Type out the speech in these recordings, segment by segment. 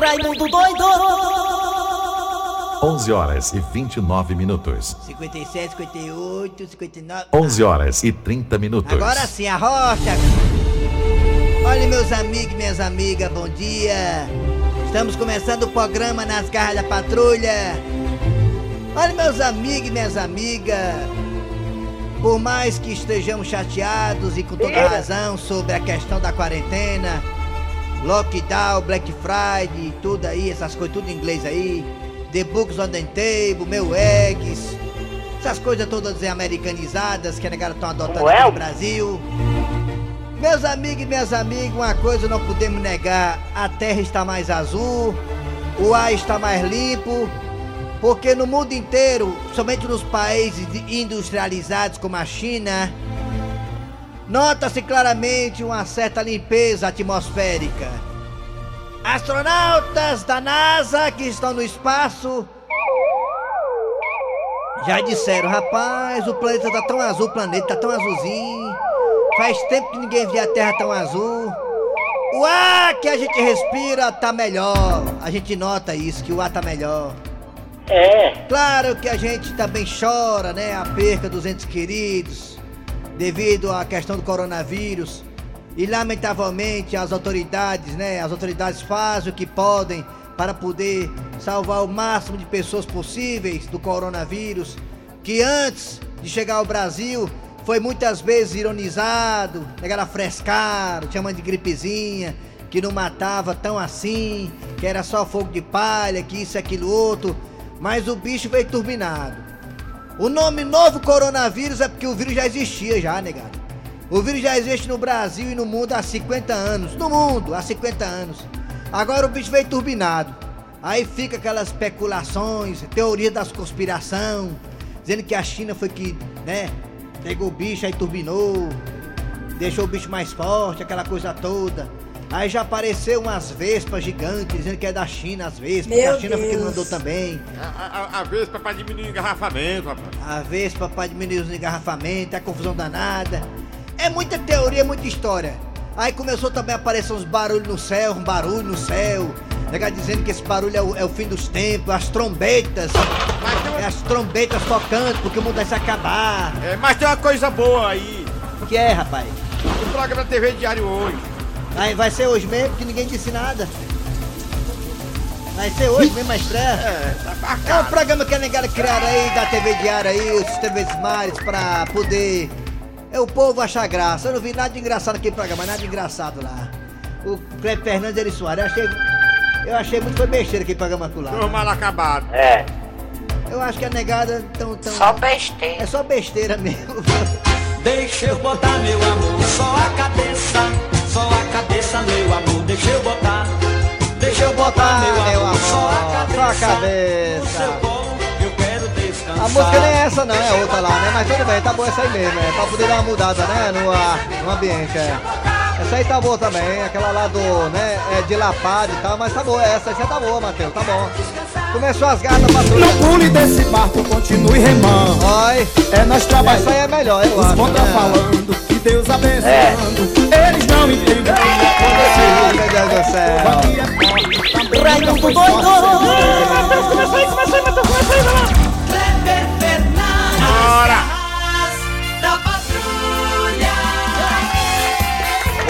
Raimundo doido! 11 horas e 29 minutos. 57, 58, 59. 11 horas e 30 minutos. Agora sim, a rocha. Olha, meus amigos e minhas amigas, bom dia. Estamos começando o programa Nas Garras da Patrulha. Olha, meus amigos e minhas amigas. Por mais que estejamos chateados e com toda razão sobre a questão da quarentena, lockdown, Black Friday, tudo aí, essas coisas, tudo em inglês aí, The Books on the Table, Meu Eggs, essas coisas todas americanizadas que a negada estão adotando aqui no Brasil. Meus amigos e minhas amigas, uma coisa não podemos negar: a terra está mais azul, o ar está mais limpo, porque no mundo inteiro, somente nos países industrializados como a China, nota-se claramente uma certa limpeza atmosférica. Astronautas da NASA que estão no espaço já disseram, rapaz, o planeta tá tão azul, o planeta tá tão azulzinho. Faz tempo que ninguém via a Terra tão azul. O ar que a gente respira tá melhor. A gente nota isso, que o ar tá melhor. É, Claro que a gente também chora, né? A perca dos entes queridos devido à questão do coronavírus. E lamentavelmente as autoridades, né? As autoridades fazem o que podem para poder salvar o máximo de pessoas possíveis do coronavírus, que antes de chegar ao Brasil foi muitas vezes ironizado, negada frescaro, chamando de gripezinha, que não matava tão assim, que era só fogo de palha, que isso, aquilo, outro mas o bicho veio turbinado. O nome novo coronavírus é porque o vírus já existia já, negado. O vírus já existe no Brasil e no mundo há 50 anos. No mundo, há 50 anos. Agora o bicho veio turbinado. Aí fica aquelas especulações, teoria das conspiração, dizendo que a China foi que, né, pegou o bicho aí turbinou deixou o bicho mais forte, aquela coisa toda. Aí já apareceu umas vespas gigantes, dizendo que é da China as vespas, que Meu a China foi que Deus. mandou também. A, a, a, a vespa pra diminuir o engarrafamento, rapaz. A vespa para diminuir os engarrafamentos, a confusão danada. É muita teoria, muita história. Aí começou também a aparecer uns barulhos no céu, um barulho no céu. Negar dizendo que esse barulho é o, é o fim dos tempos, as trombetas. Mas tem, É as trombetas tocando, porque o mundo vai se acabar. uma, é, mas tem uma coisa boa aí. O que é, rapaz? O programa TV Diário hoje. Aí vai ser hoje mesmo, porque ninguém disse nada. Vai ser hoje mesmo a estreia. É, tá É um marcado. programa que a negada criaram aí da TV Diária aí, os TVs mares, pra poder é, o povo achar graça. Eu não vi nada de engraçado aqui no programa, nada de engraçado lá. O Cleber Fernandes e Eri Soares, eu achei, eu achei muito foi besteira aquele programa Tô lá. tá um mal acabado. é. Eu acho que a negada tão, tão... Só besteira. É só besteira mesmo. Deixa eu botar, meu amor, só a cabeça, só a cabeça, meu amor, deixa eu botar. Deixa eu botar, meu, amor, só a cabeça. Ah, só a cabeça. No seu colo, eu quero descansar. A música nem é essa não, é outra lá, né? Mas tudo bem, tá boa essa aí mesmo, é pra poder dar uma mudada, né? No, ar, no ambiente, é. Essa aí tá boa também, aquela lá do, né? É de lapado e tal, mas tá boa, essa aí já tá boa, Matheus, tá bom. Começou as gatas pra Não pule desse barco, continue remando. Oi, É nós trabalhando. essa aí é melhor, eu Os acho. contra Né? falando, que Deus abençoando. Eles não entendem o que Ah, aconteceu. meu Deus do céu. Aqui é pobre, também não Raimundo foi doido! Kleber Fernandes. Bora! Da patrulha.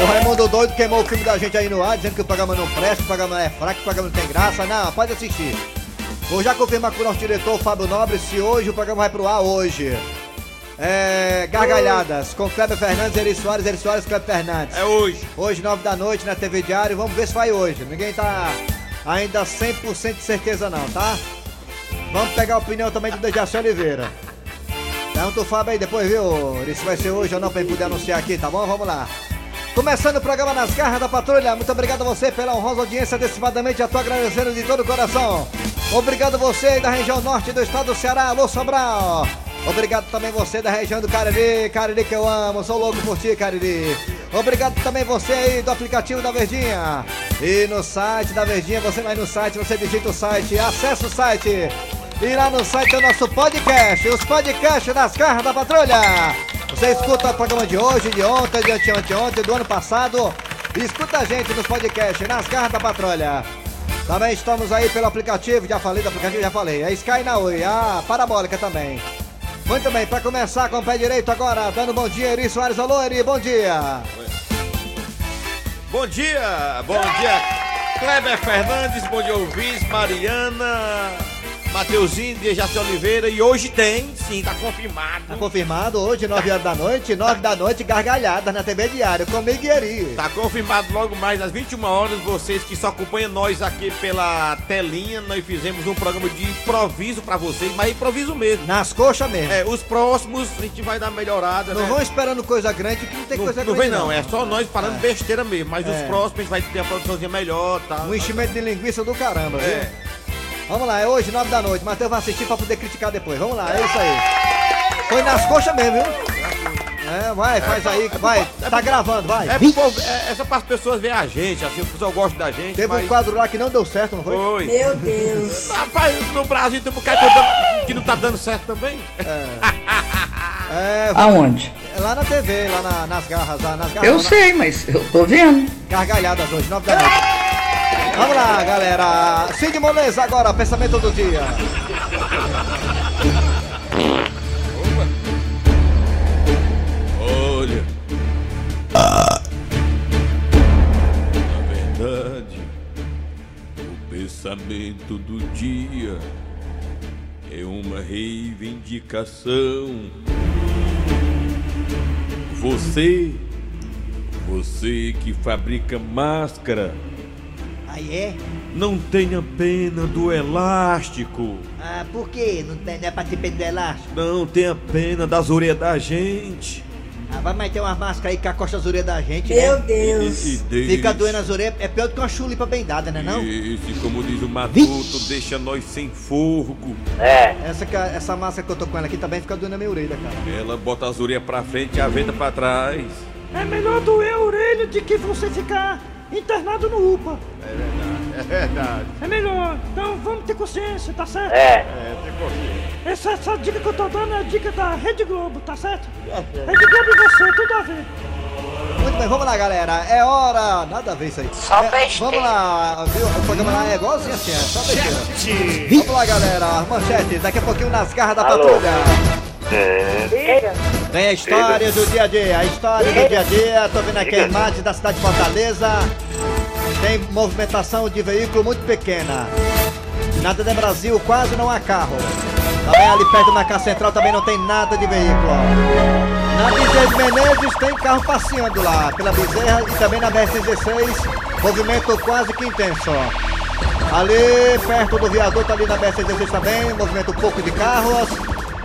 O Raimundo Doido queimou o filme da gente aí no ar, dizendo que o programa não presta, que o programa é fraco, que o programa não tem graça. Não, pode assistir. Vou já confirmar com o nosso diretor Fábio Nobre se hoje o programa vai pro ar hoje. É. Gargalhadas, com Kleber Fernandes, Eri Soares, Eri Soares, Kleber Fernandes. É hoje. Hoje, 9 da noite, na TV Diário, vamos ver se vai hoje. Ninguém tá ainda 100% de certeza não, tá? Vamos pegar a opinião também do Dejaci Oliveira. Pergunta o Fábio aí depois, viu? Eri, Se vai ser hoje ou não, pra ele poder anunciar aqui, tá bom? Vamos lá. Começando o programa Nas Garras da Patrulha, muito obrigado a você pela honrosa audiência, antecipadamente a tua agradecendo de todo o coração. Obrigado você aí da região norte do estado do Ceará, alô Sobral. Obrigado também você da região do Cariri, Cariri que eu amo, sou louco por ti, Cariri. Obrigado também você aí do aplicativo da Verdinha. E no site da Verdinha, você vai no site, você digita o site, acessa o site. E lá no site é o nosso podcast, os podcasts das Garras da Patrulha. Você escuta o programa de hoje, de ontem, de anteontem, ontem, do ano passado. E escuta a gente nos podcasts, nas garras da patrulha. Também estamos aí pelo aplicativo, já falei do aplicativo, já falei. É Sky na Oi, a parabólica também. Muito bem, pra começar com o pé direito agora, dando bom dia, Eri Soares Alô, Eri, bom dia. Bom dia, bom dia, Kleber Fernandes, bom dia, ouvintes, Mariana, Mateuzinho, de Jaci Oliveira, e hoje tem, sim, tá Tá confirmado, confirmado hoje, 9 horas da noite, 9 da noite, gargalhadas na TV Diário, comigo e Eri. tá confirmado logo mais às 21 horas, vocês que só acompanham nós aqui pela telinha, nós fizemos um programa de improviso pra vocês, mas é improviso mesmo. Nas coxas mesmo. É, os próximos a gente vai dar melhorada, Não né? vão esperando coisa grande, que não tem Não, coisa não grande. vem não, é só nós falando besteira mesmo, mas É. os próximos a gente vai ter a produçãozinha melhor, tá? Um enchimento de linguiça do caramba, viu? É. Vamos lá, é hoje, 9 da noite. Matheus vai assistir pra poder criticar depois. Vamos lá, é isso aí. Foi nas coxas mesmo, viu? É, vai, faz aí, vai. Tá gravando, vai. É, pro povo, é, essa parte das pessoas vê a gente, assim, o pessoal gosta da gente. Teve um mas... quadro lá que não deu certo, não foi? Foi. Meu Deus. Rapaz, no Brasil tem um bocado de coisa que não tá dando certo também. É, Aonde? é lá na TV, lá na- nas garras, lá nas garras. Eu lá- sei, mas eu tô vendo. Gargalhadas hoje, 9 da noite. Vamos lá, galera. Cid Moleza agora, pensamento do dia. Olha. Na verdade, o pensamento do dia é uma reivindicação. Você, você que fabrica máscara, Aí é? não tenha pena do elástico. Ah, por quê? Não, tem- não é pra te perder elástico? Não tenha pena das orelhas da gente. Ah, vai meter umas máscaras aí que acosta as orelhas da gente, né? Meu Deus. Fica doendo as orelhas, é pior do que uma chulipa bem dada, né não? Esse, como diz o Matuto, deixa nós sem forco. Essa, que- essa máscara que eu tô com ela aqui também fica doendo a minha orelha, cara. Ela bota as orelhas pra frente e a venda pra trás. É melhor doer a orelha de que você ficar internado no UPA. É verdade. É melhor. Então vamos ter consciência, tá certo? É, tem correr. Essa, essa dica que eu tô dando é a dica da Rede Globo, tá certo? Rede Globo e você, tudo a ver. Muito bem, vamos lá, galera. É hora. Nada a ver isso aí. Só é, Vamos lá, viu? O programa lá é igualzinho assim, é só besteira. Vamos lá, galera. Manchete, daqui a pouquinho nas garras da patrulha. Tem a história do dia a dia, a história do dia a dia. Tô vendo aqui a imagem da cidade de Fortaleza. Tem movimentação de veículo muito pequena. Nada de Brasil, quase não há carro. Também ali perto na Casa Central também não tem nada de veículo. ó. Na Vicente Menezes tem carro passeando lá, pela Bezerra e também na BR-16, movimento quase que intenso. ó. Ali perto do viaduto, ali na BR-16 também, movimento pouco de carros.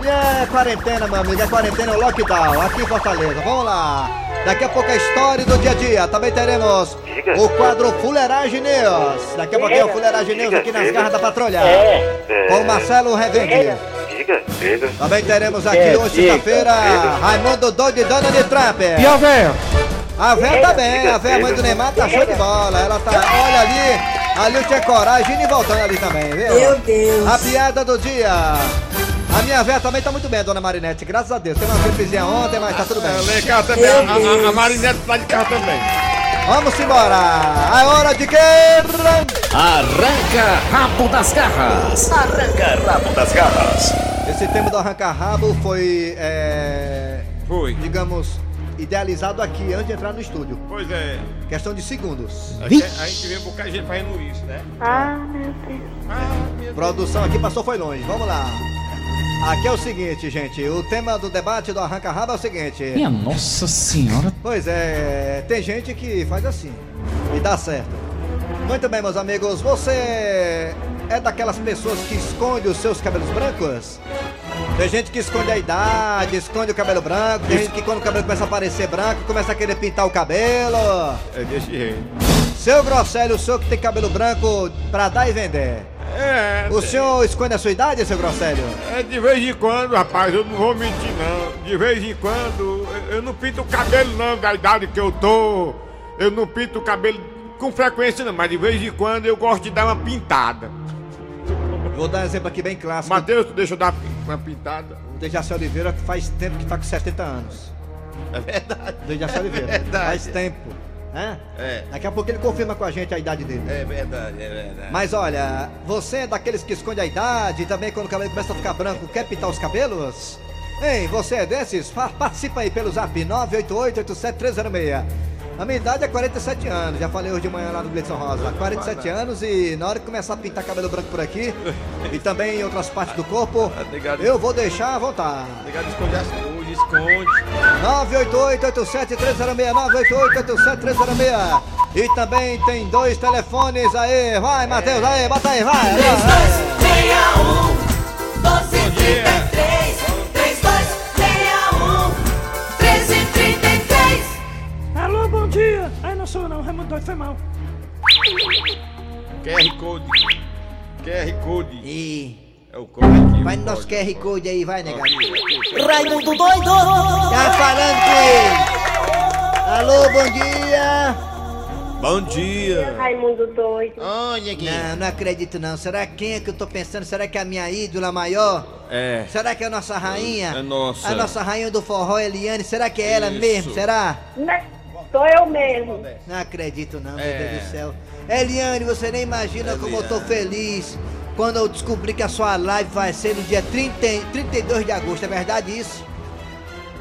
E é quarentena, meu amigo, é quarentena, é o lockdown, aqui em Fortaleza. Vamos lá. Daqui a pouco é a história do dia a dia. Também teremos o quadro Fuleiragem News. Daqui a pouquinho é o Fuleiragem News aqui nas garras da patrulha. Com o Marcelo Revende. Também teremos É, aqui hoje, quinta-feira, Raimundo Doido e Dona de Trump. E a véia? A Véia tá bem, a Véia mãe do Neymar tá show de bola. Ela tá, olha ali, ali eu tinha coragem indo e voltando ali também, Meu viu? Deus. A piada do dia. A minha véia também tá muito bem, dona Marinete, graças a Deus. Tem uma gripezinha ontem, mas tá tudo bem. Legal também, a, a, a Deus. Marinette tá de carro também. Vamos embora. A hora de que... Arranca rabo das garras. Arranca rabo das garras. Esse tema do arranca-rabo foi, é, Foi. digamos, idealizado aqui antes de entrar no estúdio. Pois é. Questão de segundos. A gente, a gente vê um bocado de gente fazendo isso, né? Produção aqui passou foi longe. Vamos lá. Aqui é o seguinte, gente. O tema do debate do arranca-rabo é o seguinte. Minha nossa senhora. Pois é, tem gente que faz assim e dá certo. Muito bem, meus amigos, você é daquelas pessoas que esconde os seus cabelos brancos? Tem gente que esconde a idade, esconde o cabelo branco, tem gente que quando o cabelo começa a aparecer branco, começa a querer pintar o cabelo. É desse jeito. Seu Grosselio, o senhor que tem cabelo branco pra dar e vender. É, O senhor esconde a sua idade, seu Grosselio? é de vez em quando, rapaz, eu não vou mentir não. De vez em quando, eu- eu não pinto o cabelo não, da idade que eu tô. Eu não pinto o cabelo com frequência não, mas de vez em quando eu gosto de dar uma pintada. Vou dar um exemplo aqui bem clássico. Matheus, tu deixa eu dar uma pintada. O Dejaci Oliveira que faz tempo que tá com 70 anos. É verdade. Dejaci Oliveira. Verdade. Faz tempo. Né? É. Daqui a pouco ele confirma com a gente a idade dele. É verdade, é verdade. Mas olha, você é daqueles que esconde a idade e também quando o cabelo começa a ficar branco, quer pintar os cabelos? Ei, você é desses? Fa- Participa aí pelo zap 988-87306. A minha idade é 47 anos, já falei hoje de manhã lá no Gleison Rosa. 47 anos e na hora que começar a pintar cabelo branco por aqui e também em outras partes do corpo, Obrigado. eu vou deixar à vontade. Obrigado, esconde as coisas, esconde. 988-87306, 988-87306. E também tem dois telefones aí. Vai, Matheus, aí, bota aí, vai. vai, vai. 3261 1233 3261 1333 Alô, bom dia! Ai, não sou eu não, Raimundo Doido, foi mal. QR Code. QR Code. E É o código. que vai no pode. nosso QR Code aí, vai, negado. Raimundo doido Tá falando com ele. Alô, bom dia. Bom dia. Raimundo doido. Olha aqui. Não, não acredito não. Será quem é que eu tô pensando? Será que é a minha ídola maior? É. Será que é a nossa rainha? É nossa. A nossa rainha do forró, Eliane. Será que é ela Isso. mesmo? Será? Não, sou eu mesmo. Não acredito não, meu É. Deus do céu. Eliane, você nem imagina como eu tô feliz quando eu descobri que a sua live vai ser no dia 30, e- 32 de agosto, é verdade isso?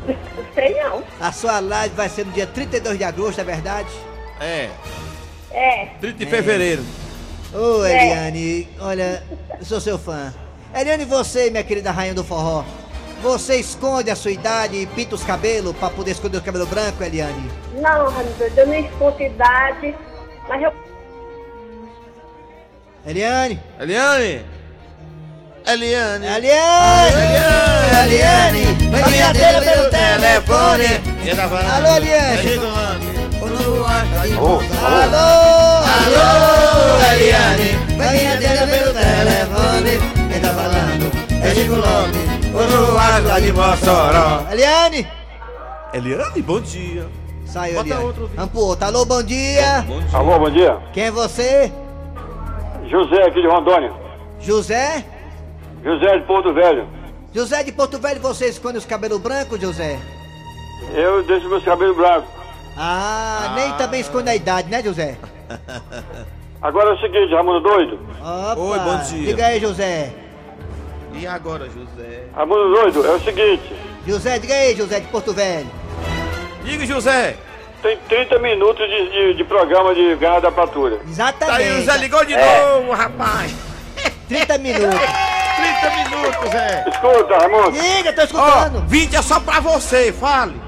Não sei não. A sua live vai ser no dia 32 de agosto, é verdade? É. É, 30 de fevereiro. Ô, É. Eliane, olha, eu sou seu fã. Eliane, você, minha querida rainha do forró, você esconde a sua idade e pinta os cabelos pra poder esconder o cabelo branco, Eliane? não, Raimundo doido, eu não escuto idade, mas eu Eliane? Eliane. Eliane. Eliane! Eliane! Brincadeira pelo telefone! Alô, Eliane! Alô, Alô! Alô, Eliane! Brincadeira pelo telefone! Quem tá falando é Chico Lopes! Alô, tá lá de Mossoró. Eliane! Eliane, bom dia. Saiu, Bota Eliane. outro. Vamos pro outro. Alô, bom dia! Bom dia. Alô, bom dia. Quem é você? José aqui de Rondônia. José? José de Porto Velho. José de Porto Velho, você esconde os cabelos brancos, José? Eu deixo meus cabelos brancos. Ah, nem também esconde a idade, né, José? Agora é o seguinte, Ramundo Doido. Opa! Oi, bom dia. Diga aí, José. E agora, José? Ramundo Doido, é o seguinte. José, diga aí, José de Porto Velho. Diga, José. Tem 30 minutos de, de- de programa de ganhar da patrulha. Tá aí, o Exatamente. É. José ligou de novo, rapaz. 30 minutos. 30 minutos, Zé. Escuta, Ramundo. Diga, tô Ó, escutando. 20 é só pra você, fale.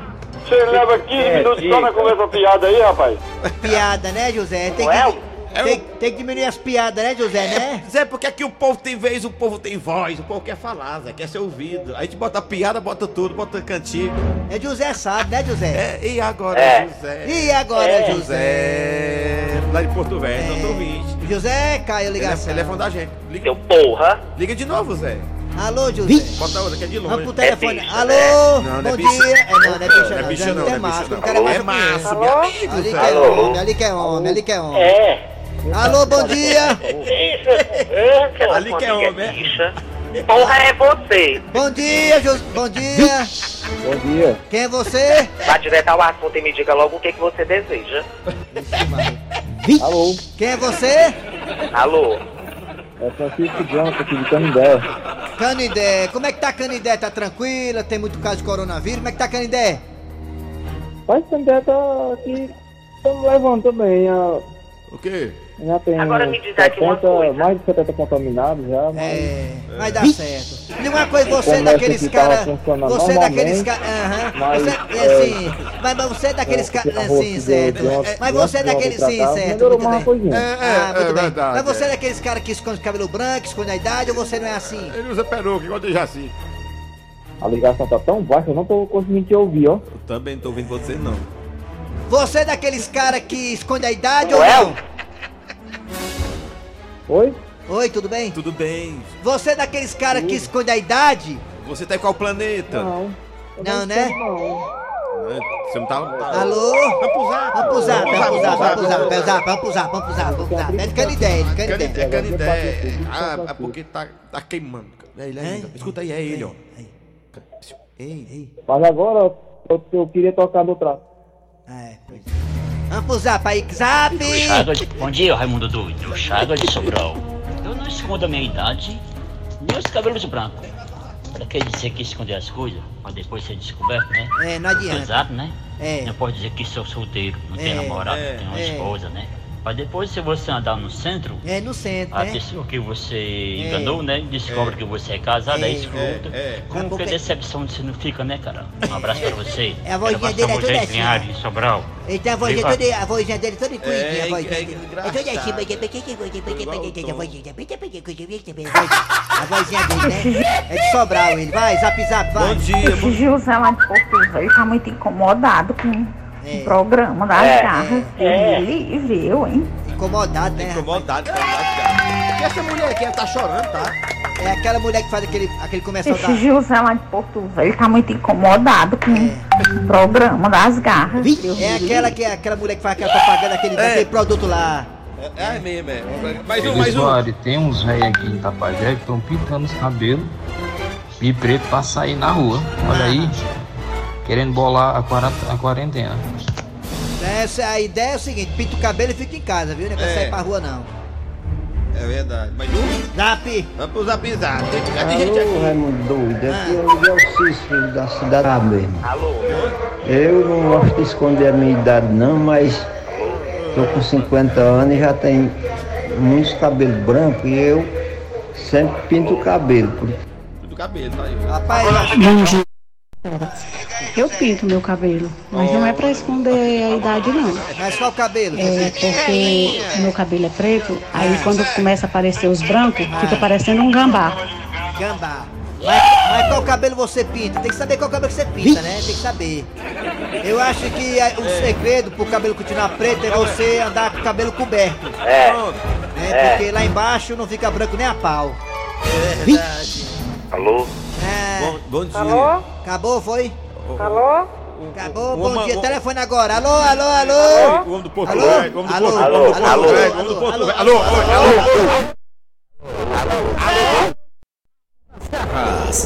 Você leva 15 minutos só na conversa piada aí, rapaz. Piada, né, José? Tem que, É tem, o- tem que diminuir as piadas, né, José, né? Zé, porque aqui o povo tem vez, o povo tem voz, o povo quer falar, Zé, quer ser ouvido. A gente bota piada, bota tudo, bota cantigo. É José sabe, né, José? É, e agora, José? E agora, É. José? José, lá de Porto Velho, É. nosso ouvinte. José, caiu a Ligação. ligação. é Telefone da gente. Liga, Seu porra. liga de novo, Zé. Alô, José. Bota outra que é de longe. Vamos pro telefone. bicha, Alô, Não, não é bom bicha. dia. É, não, não é bicha, Não é não. bicha, Já não, tem não é bicha, máscara, não. o cara é É máscara. massa, meu amigo, Ali que Zé. é homem, ali que é homem, ali que é homem. É. Alô, bom dia. Isso. Eita, Ali que é homem, é? bicha. Porra é você. Bom dia, José. Bom dia. Bom dia. Quem é você? Vá direto ao assunto e me diga logo o que, que você deseja. Alô, Quem é você? Alô? é Francisco Johnson aqui de Canindé. Canindé. Como é que tá Canindé? Tá tranquila? Tem muito caso de coronavírus. Como é que tá Canindé? Mas Canindé tá aqui... Estamos levantando bem a... O quê? Já tem Agora me Hum, diz aqui uma 70, coisa. mais de 70 contaminados já, É, vai dar certo. E uma coisa, você é daqueles que tava caras. funcionando Você é daqueles normalmente, caras. Aham. mas, Você é é, assim. Mas mas você é daqueles é, caras. esse arroz Sim, que certo. deu de É, ontem, Mas você é de ontem daqueles. pra Sim, cá, certo. melhorou Muito mais uma bem. coisinha. Ah, É, é muito bem. verdade, Mas você é é. daqueles caras que esconde o cabelo branco, esconde a idade, ou você não é assim? Ele usa peruca, igual de Jaci. A ligação tá tão baixa, eu não tô conseguindo te ouvir, ó. Eu também não tô ouvindo você, não. Você é daqueles caras que esconde a idade ou Ué? não? Oi? Oi, tudo bem? Tudo bem. Você é daqueles caras que esconde a idade? Você tá em qual planeta? Não. Não, né? Né? Você não tá... tá- Alô? Vamos pro Zap. Vamos pro zap, vamos pro zap, vamos pro zap, vamos pro vamos pro zap, vamos pro zap, vamos pro zap, vamos pro zap. É de Canidé, é de Canidé. Canidé, Canidé. Ah, é porque tá, tá queimando. É ele ainda. Escuta aí, é ele, ó. Ei, ei. Mas agora eu, eu queria tocar no trato. Ah, é, pois é. Vamos pro zap aí, zap! Bom dia, Raimundo do, do Chagas de Sobral. Eu não escondo a minha idade, nem os cabelos brancos. Pra que dizer que esconder as coisas, pra depois ser descoberto, né? É, não adianta. Exato, né? É. Não pode dizer que sou solteiro, não É, tenho namorado, é, não tenho uma é. esposa, né? Pra depois, se você andar no centro, É no centro, a né? pessoa que você É. enganou, né? Descobre É. que você é casado, é, É, escroto. é, é. Como Acabou que que- decepção você não fica, né, cara? Um abraço pra você. É, a vozinha dele é toda assim, Linhares, de Sobral. Ele tem Então a vozinha Viva- toda, a vozinha dele toda É, encolhidinha, a vozinha é dele. engraçado. toda assim, Igual o Tom. a vozinha a vozinha dele, né? É de Sobral ele, vai, zap zap, vai. Esse José lá de Porto Velho tá muito incomodado com o programa das É, garras é, é. dele, viu, hein? Incomodado, né? Incomodado, E essa mulher aqui, ela tá chorando, tá? É aquela mulher que faz aquele, aquele comercial da... Esse José um lá de Porto Velho tá muito incomodado com o programa das garras. Vixe, É aquela, que, aquela mulher que faz aquela propaganda, aquele, É. aquele produto lá. É mesmo, é. Mais um, Eles mais um. falaram, tem uns velhos aqui em Tapajé que estão pintando os cabelos e preto pra sair na rua. Olha aí, querendo bolar a quarenta- a quarentena. Essa, a ideia é o seguinte, pinta o cabelo e fica em casa, viu? Não é pra É. sair pra rua, não. É verdade. Mas um zap. Vamos pro zap zap. Tem que ficar de gente Alô, aqui. Raimundo doido, aqui é o Miguel Cícero da cidade A mesmo. Alô. Eu não gosto de esconder a minha idade não, mas tô com 50 anos e já tenho muitos cabelos brancos e eu sempre pinto o cabelo. por- Do cabelo, tá aí. Rapaz, Eu pinto meu cabelo, mas não é pra esconder a idade não. Mas só o cabelo. É porque meu cabelo é preto, aí quando começa a aparecer os brancos, fica parecendo um gambá. Ah, Gambá. Mas, mas qual cabelo você pinta? Tem que saber qual cabelo que você pinta, né? Tem que saber. Eu acho que é, o segredo pro cabelo continuar preto é você andar com o cabelo coberto. É. Né? É. Porque lá embaixo não fica branco nem a pau. Alô? Bom, bom dia. Alô? É, Acabou, foi? Alô? Acabou, o- bom uma- dia. o- Telefone agora. Alô, alô, alô? O homem do Porto Alô? Velho. O homem do Alô? Porto Velho. O homem do Alô? Porto Velho. O homem do Porto Velho. Alô, alô, alô.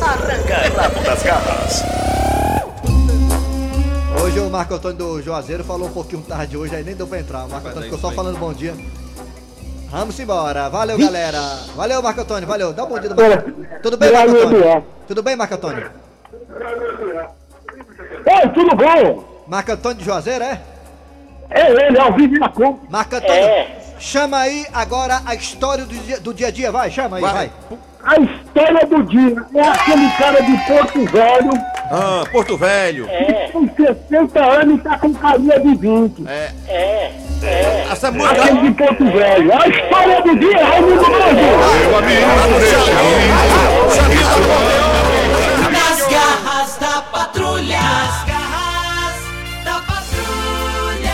Arranca rabo das garras. Hoje o Marco Antônio do Juazeiro falou um pouquinho tarde hoje, aí nem deu pra entrar. O Marco Antônio ficou só falando bom dia. Vamos embora. Valeu, galera. Valeu, Marco Antônio. Valeu. Dá um bom dia do Marco Antônio. Tudo bem, Marco Antônio? Tudo bem, Marco Antônio? Ei, tudo bom? Marco Antônio de Juazeiro, é? É ele, ao vivo na Cuba. Marco Antônio, chama aí agora a história do dia, do dia a dia. Vai, chama aí, vai. A história do dia é aquele cara de Porto Velho Ah, Porto Velho. que com 60 anos e tá com carinha de 20. É. É. Essa música... Aquele de Porto Velho. A história do dia, Raimundo Brasil. Nas garras da patrulha. Nas garras da patrulha.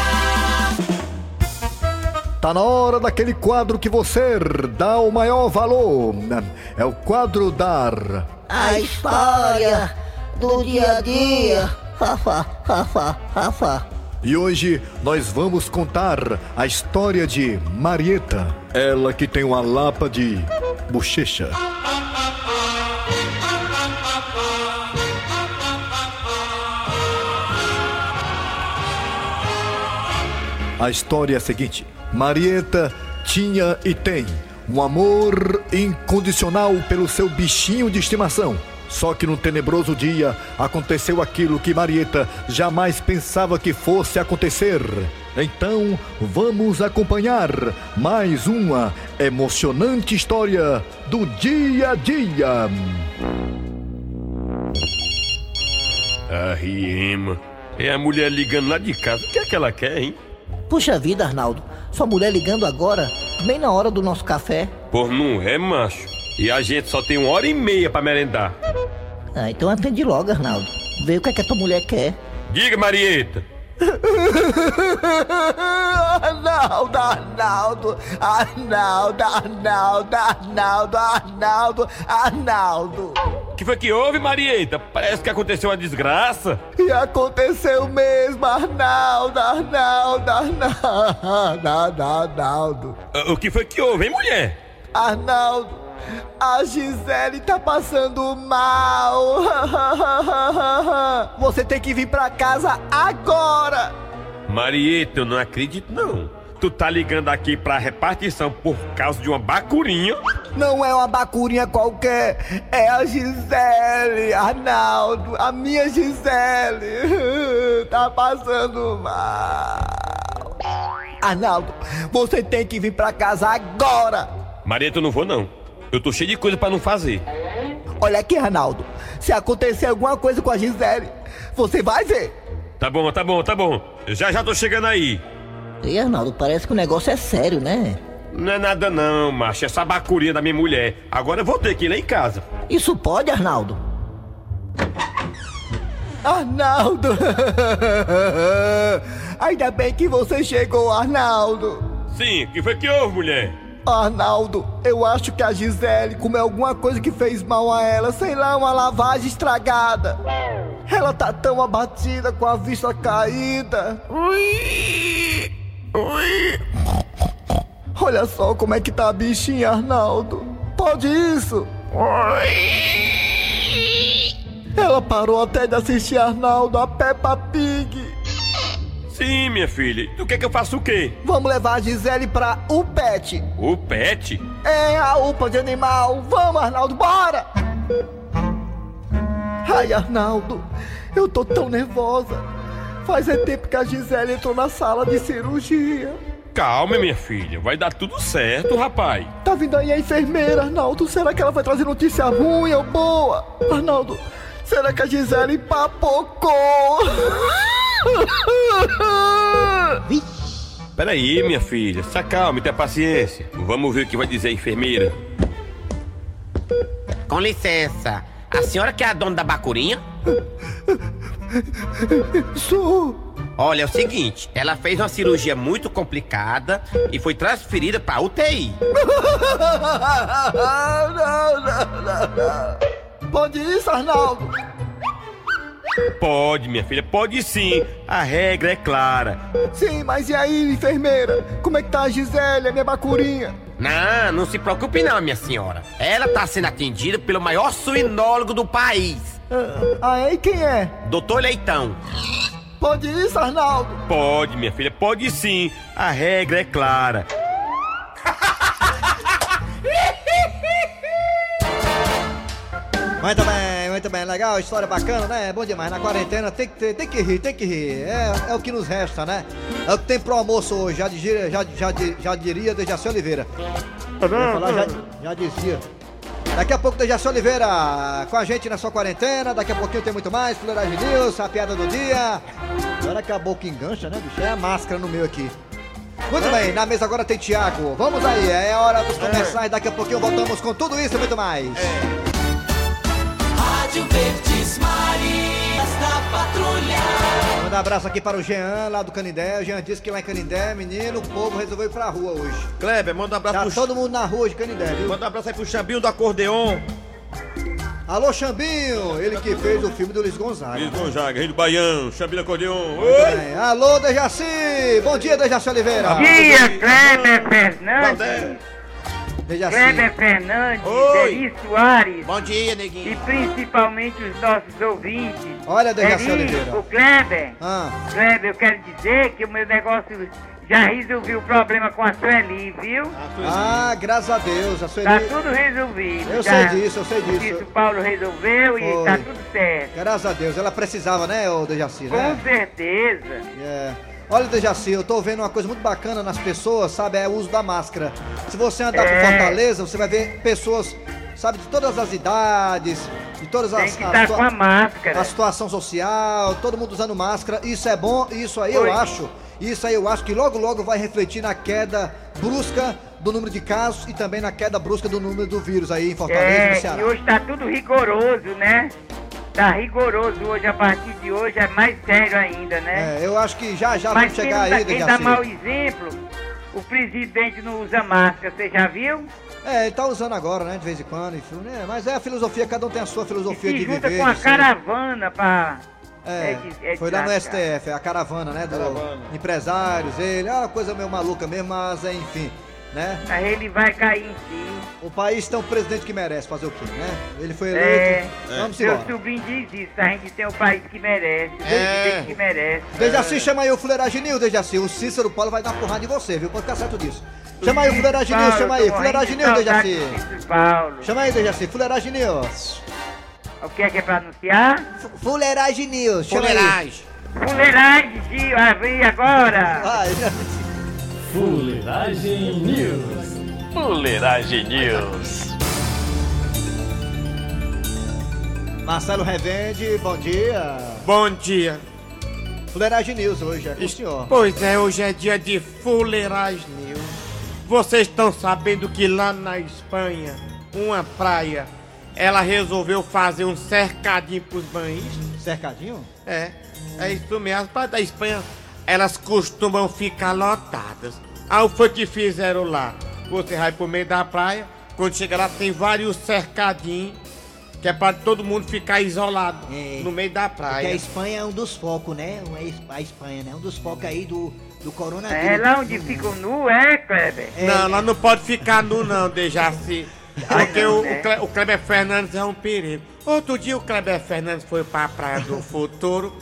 Tá na hora daquele quadro que você dá o maior valor. É o quadro dar. A história do dia a dia. Rafa, Rafa, Rafa. E hoje nós vamos contar a história de Marieta, ela que tem uma lapa de bochecha. A história é a seguinte: Marieta tinha e tem um amor incondicional pelo seu bichinho de estimação. Só que num tenebroso dia aconteceu aquilo que Marieta jamais pensava que fosse acontecer. Então vamos acompanhar mais uma emocionante história do dia a dia. A Ah, Riema. É a mulher ligando lá de casa. O que é que ela quer, hein? Puxa vida, Arnaldo. Sua mulher ligando agora, bem na hora do nosso café. Por não é, macho. E a gente só tem uma hora e meia pra merendar. Ah, então atende logo, Arnaldo. Vê o que é que a tua mulher quer. Diga, Marieta. Arnaldo, Arnaldo, Arnaldo, Arnaldo, Arnaldo, Arnaldo, Arnaldo. O que foi que houve, Marieta? Parece que aconteceu uma desgraça. E aconteceu mesmo, Arnaldo, Arnaldo, Arnaldo, Arnaldo, Arnaldo. Ah, O que foi que houve, hein, mulher? Arnaldo, a Gisele tá passando mal. Você tem que vir pra casa agora. Marieta, eu não acredito não. Tu tá ligando aqui pra repartição por causa de uma bacurinha? Não é uma bacurinha qualquer, é a Gisele, Arnaldo, a minha Gisele. Tá passando mal. Arnaldo, você tem que vir pra casa agora. Marieta, eu não vou não. Eu tô cheio de coisa pra não fazer. Olha aqui, Arnaldo, se acontecer alguma coisa com a Gisele, você vai ver. Tá bom, tá bom, tá bom. Eu já já tô chegando aí. E Arnaldo, parece que o negócio é sério, né? Não é nada não, macho. Essa bacurinha da minha mulher. Agora eu vou ter que ir lá em casa. Isso pode, Arnaldo? Arnaldo! Ainda bem que você chegou, Arnaldo! Sim, o que foi que houve, mulher? Arnaldo, eu acho que a Gisele comeu alguma coisa que fez mal a ela, sei lá, uma lavagem estragada. Ela tá tão abatida com a vista caída. Ui! Ui! Olha só como é que tá a bichinha, Arnaldo. Pode isso? Ela parou até de assistir Arnaldo a Peppa Pig. Sim, minha filha. Tu quer que eu faça o quê? Vamos levar a Gisele pra UPET. O pet? É, a UPA de animal. Vamos, Arnaldo, bora! Ai, Arnaldo, eu tô tão nervosa. Faz é tempo que a Gisele entrou na sala de cirurgia. Calma, minha filha. Vai dar tudo certo, rapaz. Tá vindo aí a enfermeira, Arnaldo. Será que ela vai trazer notícia ruim ou boa? Arnaldo, será que a Gisele papocou? Peraí, minha filha. Se acalme, tenha paciência. Vamos ver o que vai dizer a enfermeira. Com licença, a senhora que é a dona da bacurinha? Sou. Olha, é o seguinte, ela fez uma cirurgia muito complicada e foi transferida pra UTI. não, não, não, não. Pode isso, Arnaldo? Pode, minha filha, pode sim. A regra é clara. Sim, mas e aí, enfermeira? Como é que tá a Gisele, a minha bacurinha? Não, não se preocupe não, minha senhora. Ela tá sendo atendida pelo maior suinólogo do país, Ah, aí quem é? Doutor Leitão. Pode isso, Arnaldo? Pode, minha filha, pode sim. A regra é clara. Muito bem, muito bem, legal, história bacana, né? Bom demais, na quarentena tem que, ter- tem que rir, tem que rir, é, é o que nos resta, né? É o que tem pro almoço hoje, já, digira, já, já, di- já diria Dejaci Oliveira. Eu ia falar, já, já dizia. Daqui a pouco Dejaci Oliveira com a gente na sua quarentena, daqui a pouquinho tem muito mais, Fuleiragem News, a piada do dia. Agora que a boca engancha, né, bicho? É a máscara no meu aqui. Muito bem, na mesa agora tem Tiago. Vamos aí, é hora dos comerciais, daqui a pouquinho voltamos com tudo isso e muito mais. Rádio Verdes Marias da Patrulha. Manda um abraço aqui para o Jean, lá do Canindé. O Jean disse que lá em Canindé, menino, o povo resolveu ir pra rua hoje. Kleber, manda um abraço Tá pro... todo mundo na rua de Canindé, viu? Manda um abraço aí pro Xambinho do Acordeon. Alô, Xambinho! Ele que fez o filme do Luiz Gonzaga. Luiz Gonzaga, Rei do Baião, Xambinho do Acordeon. É, Alô, Dejaci! Bom dia, Dejaci Oliveira! Bom dia, Kleber Fernandes. Dejaci. Kleber Fernandes, Oi. Deri Soares. Bom dia, E neguinho. principalmente os nossos ouvintes. Olha, Dejaci Deri, Oliveira. O Kleber. Ah, Kleber, eu quero dizer que o meu negócio já resolveu o problema com a Sueli, viu? ah, graças a Deus, a sua Tá tudo resolvido. Eu já. sei disso, eu sei disso. Isso o tá Paulo resolveu e Foi. tá tudo certo. Graças a Deus, ela precisava, né, ô Dejaci, né? Com certeza. É. Olha, Dejaci, eu tô vendo uma coisa muito bacana nas pessoas, sabe? É o uso da máscara. Se você andar É. por Fortaleza, você vai ver pessoas, sabe, de todas as idades, de todas as. que tá com a máscara. A situação social, todo mundo usando máscara. Isso é bom, isso aí Oi. eu acho. Isso aí eu acho que logo, logo vai refletir na queda brusca do número de casos e também na queda brusca do número do vírus aí em Fortaleza e no É, Ceará. e hoje tá tudo rigoroso, né? Tá rigoroso hoje, a partir de hoje é mais sério ainda, né? É, eu acho que já já Mas vamos quem, chegar dá, aí, quem dá Dejaci. mau exemplo, o presidente não usa máscara, você já viu? É, ele tá usando agora, né? De vez em quando, enfim, né? Mas é a filosofia, cada um tem a sua filosofia Se de junta viver. com a de ser. caravana pra... É, de- de foi lá no lascar. ah, STF, a caravana, né? Do empresários, ele, é uma coisa meio maluca mesmo, mas é, enfim. né? Aí ele vai cair em si. O país tem um presidente que merece fazer o quê, né? Ele foi eleito. É, Vamos meu embora. sobrinho diz isso, a gente tem o país que merece, o É. É. presidente que merece. Dejaci, chama aí o Fuleiraginil, Dejaci. O Cícero Paulo vai dar porrada em você, viu? Pode ficar certo disso. Chama aí o Fuleiraginil, Paulo, chama aí. tô morrendo de Fuleiraginil, saudade Dejaci. do Cícero Paulo. Chama aí, Dejaci. Fuleiraginil. O que é que é pra anunciar? Fuleiraginil. Chama aí. Fuleiragem. Fuleiragem, Gil, abri agora. Fuleiragem News. Fuleiragem News. Marcelo Revende, bom dia. Bom dia. Fuleiragem News hoje, é com o senhor. Pois é, hoje é dia de Fuleiragem News. Vocês estão sabendo que lá na Espanha, uma praia, ela resolveu fazer um cercadinho pros banhistas. Cercadinho? É, é isso mesmo. As praias da Espanha, elas costumam ficar lotadas. Aí o foi que fizeram lá? Você vai pro meio da praia, quando chega lá tem vários cercadinhos, que é pra todo mundo ficar isolado no meio da praia. É. Porque a Espanha é um dos focos, né? Um- A Espanha, né? Um dos focos aí do, do coronavírus. É, lá onde fica o nu, é, Kleber? Não, lá não pode ficar nu não, Dejaci. Porque não, o, né? o Cle- o Kleber Fernandes é um perigo. Outro dia o Kleber Fernandes foi pra Praia do Futuro.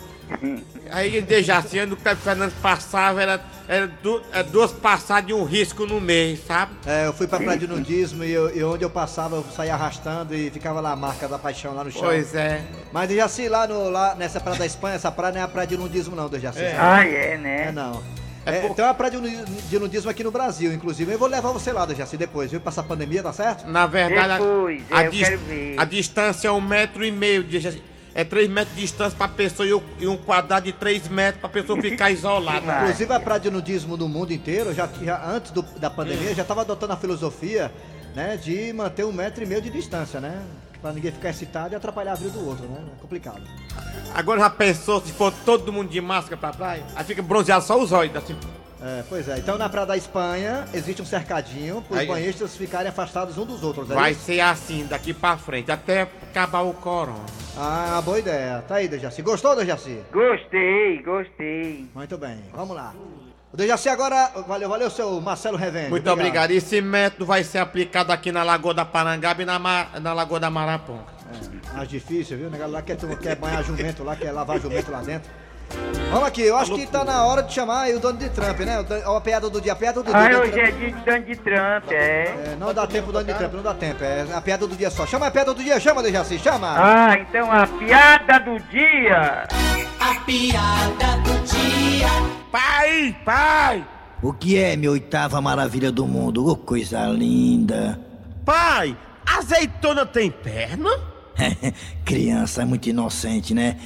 Aí Dejaci, onde o Kleber Fernandes passava, era, era du- é, duas passadas e um risco no meio, sabe? É, eu fui pra praia de nudismo e, eu- e onde eu passava eu saía arrastando e ficava lá a marca da paixão lá no chão. Pois é. Mas Dejaci, lá, no, lá nessa praia da Espanha, essa praia não é a praia de nudismo não, Dejaci. É. sabe? Ah, é, né? É não. É, Tem uma praia de nudi- de nudismo aqui no Brasil, inclusive. Eu vou levar você lá, Dejaci, depois, viu? Passar a pandemia, tá certo? Na verdade, a- a, eu dis- quero ver. a distância é um metro e meio, Dejaci. É três metros de distância pra pessoa e um- e um quadrado de três metros pra pessoa ficar isolada. Inclusive a praia de nudismo no mundo inteiro, já, já antes do- da pandemia, já estava adotando a filosofia né, de manter um metro e meio de distância, né? Pra ninguém ficar excitado e atrapalhar a vida do outro, né? É complicado. Agora já pensou se for todo mundo de máscara pra praia? Aí fica bronzeado só os olhos, assim. É, pois é. Então na praia da Espanha existe um cercadinho para os Aí- banhistas ficarem afastados um dos outros. é Vai isso? ser assim daqui pra frente, até acabar o corona. Ah, boa ideia. Tá aí, Dejaci. Gostou, Dejaci? Gostei, gostei. Muito bem, vamos lá. O Dejaci agora... Valeu, valeu, seu Marcelo Revende. Muito obrigado. Esse método vai ser aplicado aqui na Lagoa da Parangaba e na, Ma- na Lagoa da Maraponga. É. Mais difícil, viu? O negócio lá quer, tu- quer banhar jumento lá, quer lavar jumento lá dentro. Vamos aqui, eu acho que tá na hora de chamar aí o dono de Trump, né? O dan- Ó, a piada do dia, a piada do dia. Ah, Donald hoje é Trump. dia de Donald Trump, é. É, não dá tempo, dono de Trump, não dá tempo. É a piada do dia só. Chama a piada do dia, chama, Dejaci, chama. Ah, então a piada do dia. A piada do dia. Pai, pai! O que é minha oitava maravilha do mundo? Oh, coisa linda! Pai, azeitona tem perna? Criança é muito inocente, né?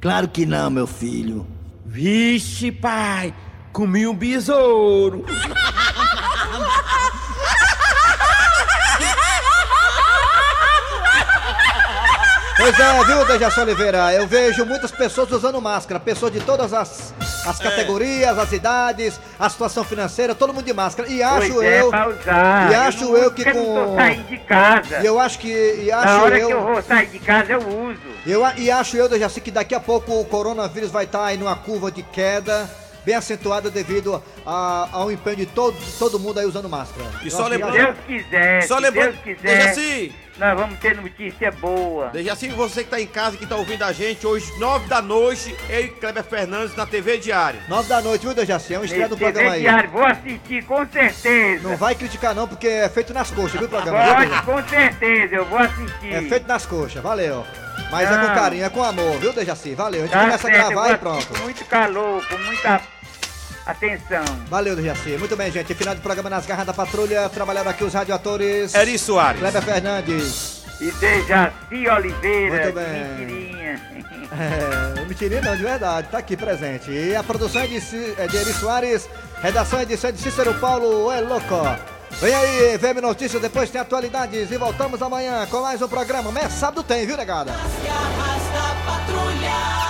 Claro que não, meu filho. Vixe, pai, comi um besouro. Pois é, viu, Dejaci Oliveira? Eu vejo muitas pessoas usando máscara, pessoas de todas as, É. as categorias, as idades, a situação financeira, todo mundo de máscara. E acho Pois é, eu. pra usar. E acho eu, não- que eu com. não tô saindo de casa. E eu acho que. E acho Na hora eu... que eu vou sair de casa, eu uso. Eu, a- e acho eu, Dejaci, que daqui a pouco o coronavírus vai estar aí numa curva de queda bem acentuada devido a- ao empenho de todo, todo mundo aí usando máscara. E Eu só acho que- lembrando- Se Deus quiser, Só assim. É, se lembrando- Deus quiser, Dejaci! nós vamos ter notícia boa. Desde assim, você que tá em casa, que tá ouvindo a gente, hoje, nove da noite, eu e Kleber Fernandes na TV Diário. Nove da noite, viu, Dejaci? É um estreia do TV programa aí. Diário, vou assistir, com certeza. Não vai criticar não, porque é feito nas coxas, viu, o programa? viu, Pode, Dejaci? com certeza, eu vou assistir. É feito nas coxas, valeu. Mas é Não. com carinho, é com amor, viu, Dejaci? Valeu, a gente Ah. Tá começa a certo, eu gravar e vou assistir pronto. Com muito calor, com muita atenção. Valeu, Dejaci. Muito bem, gente. Final do programa nas garras da patrulha. Trabalharam aqui os radioatores... É Eri Soares. Kleber Fernandes. E Dejaci Oliveira, Muito de bem. mentirinha. É, mentirinha não, de verdade, tá aqui presente. E a produção é de, Ci- é de Eri Soares, redação e edição é de Cícero Paulo, é louco. Vem aí, VM Notícias, depois tem atualidades e voltamos amanhã com mais um programa. Mas sábado tem, viu, negada? Garras da patrulha.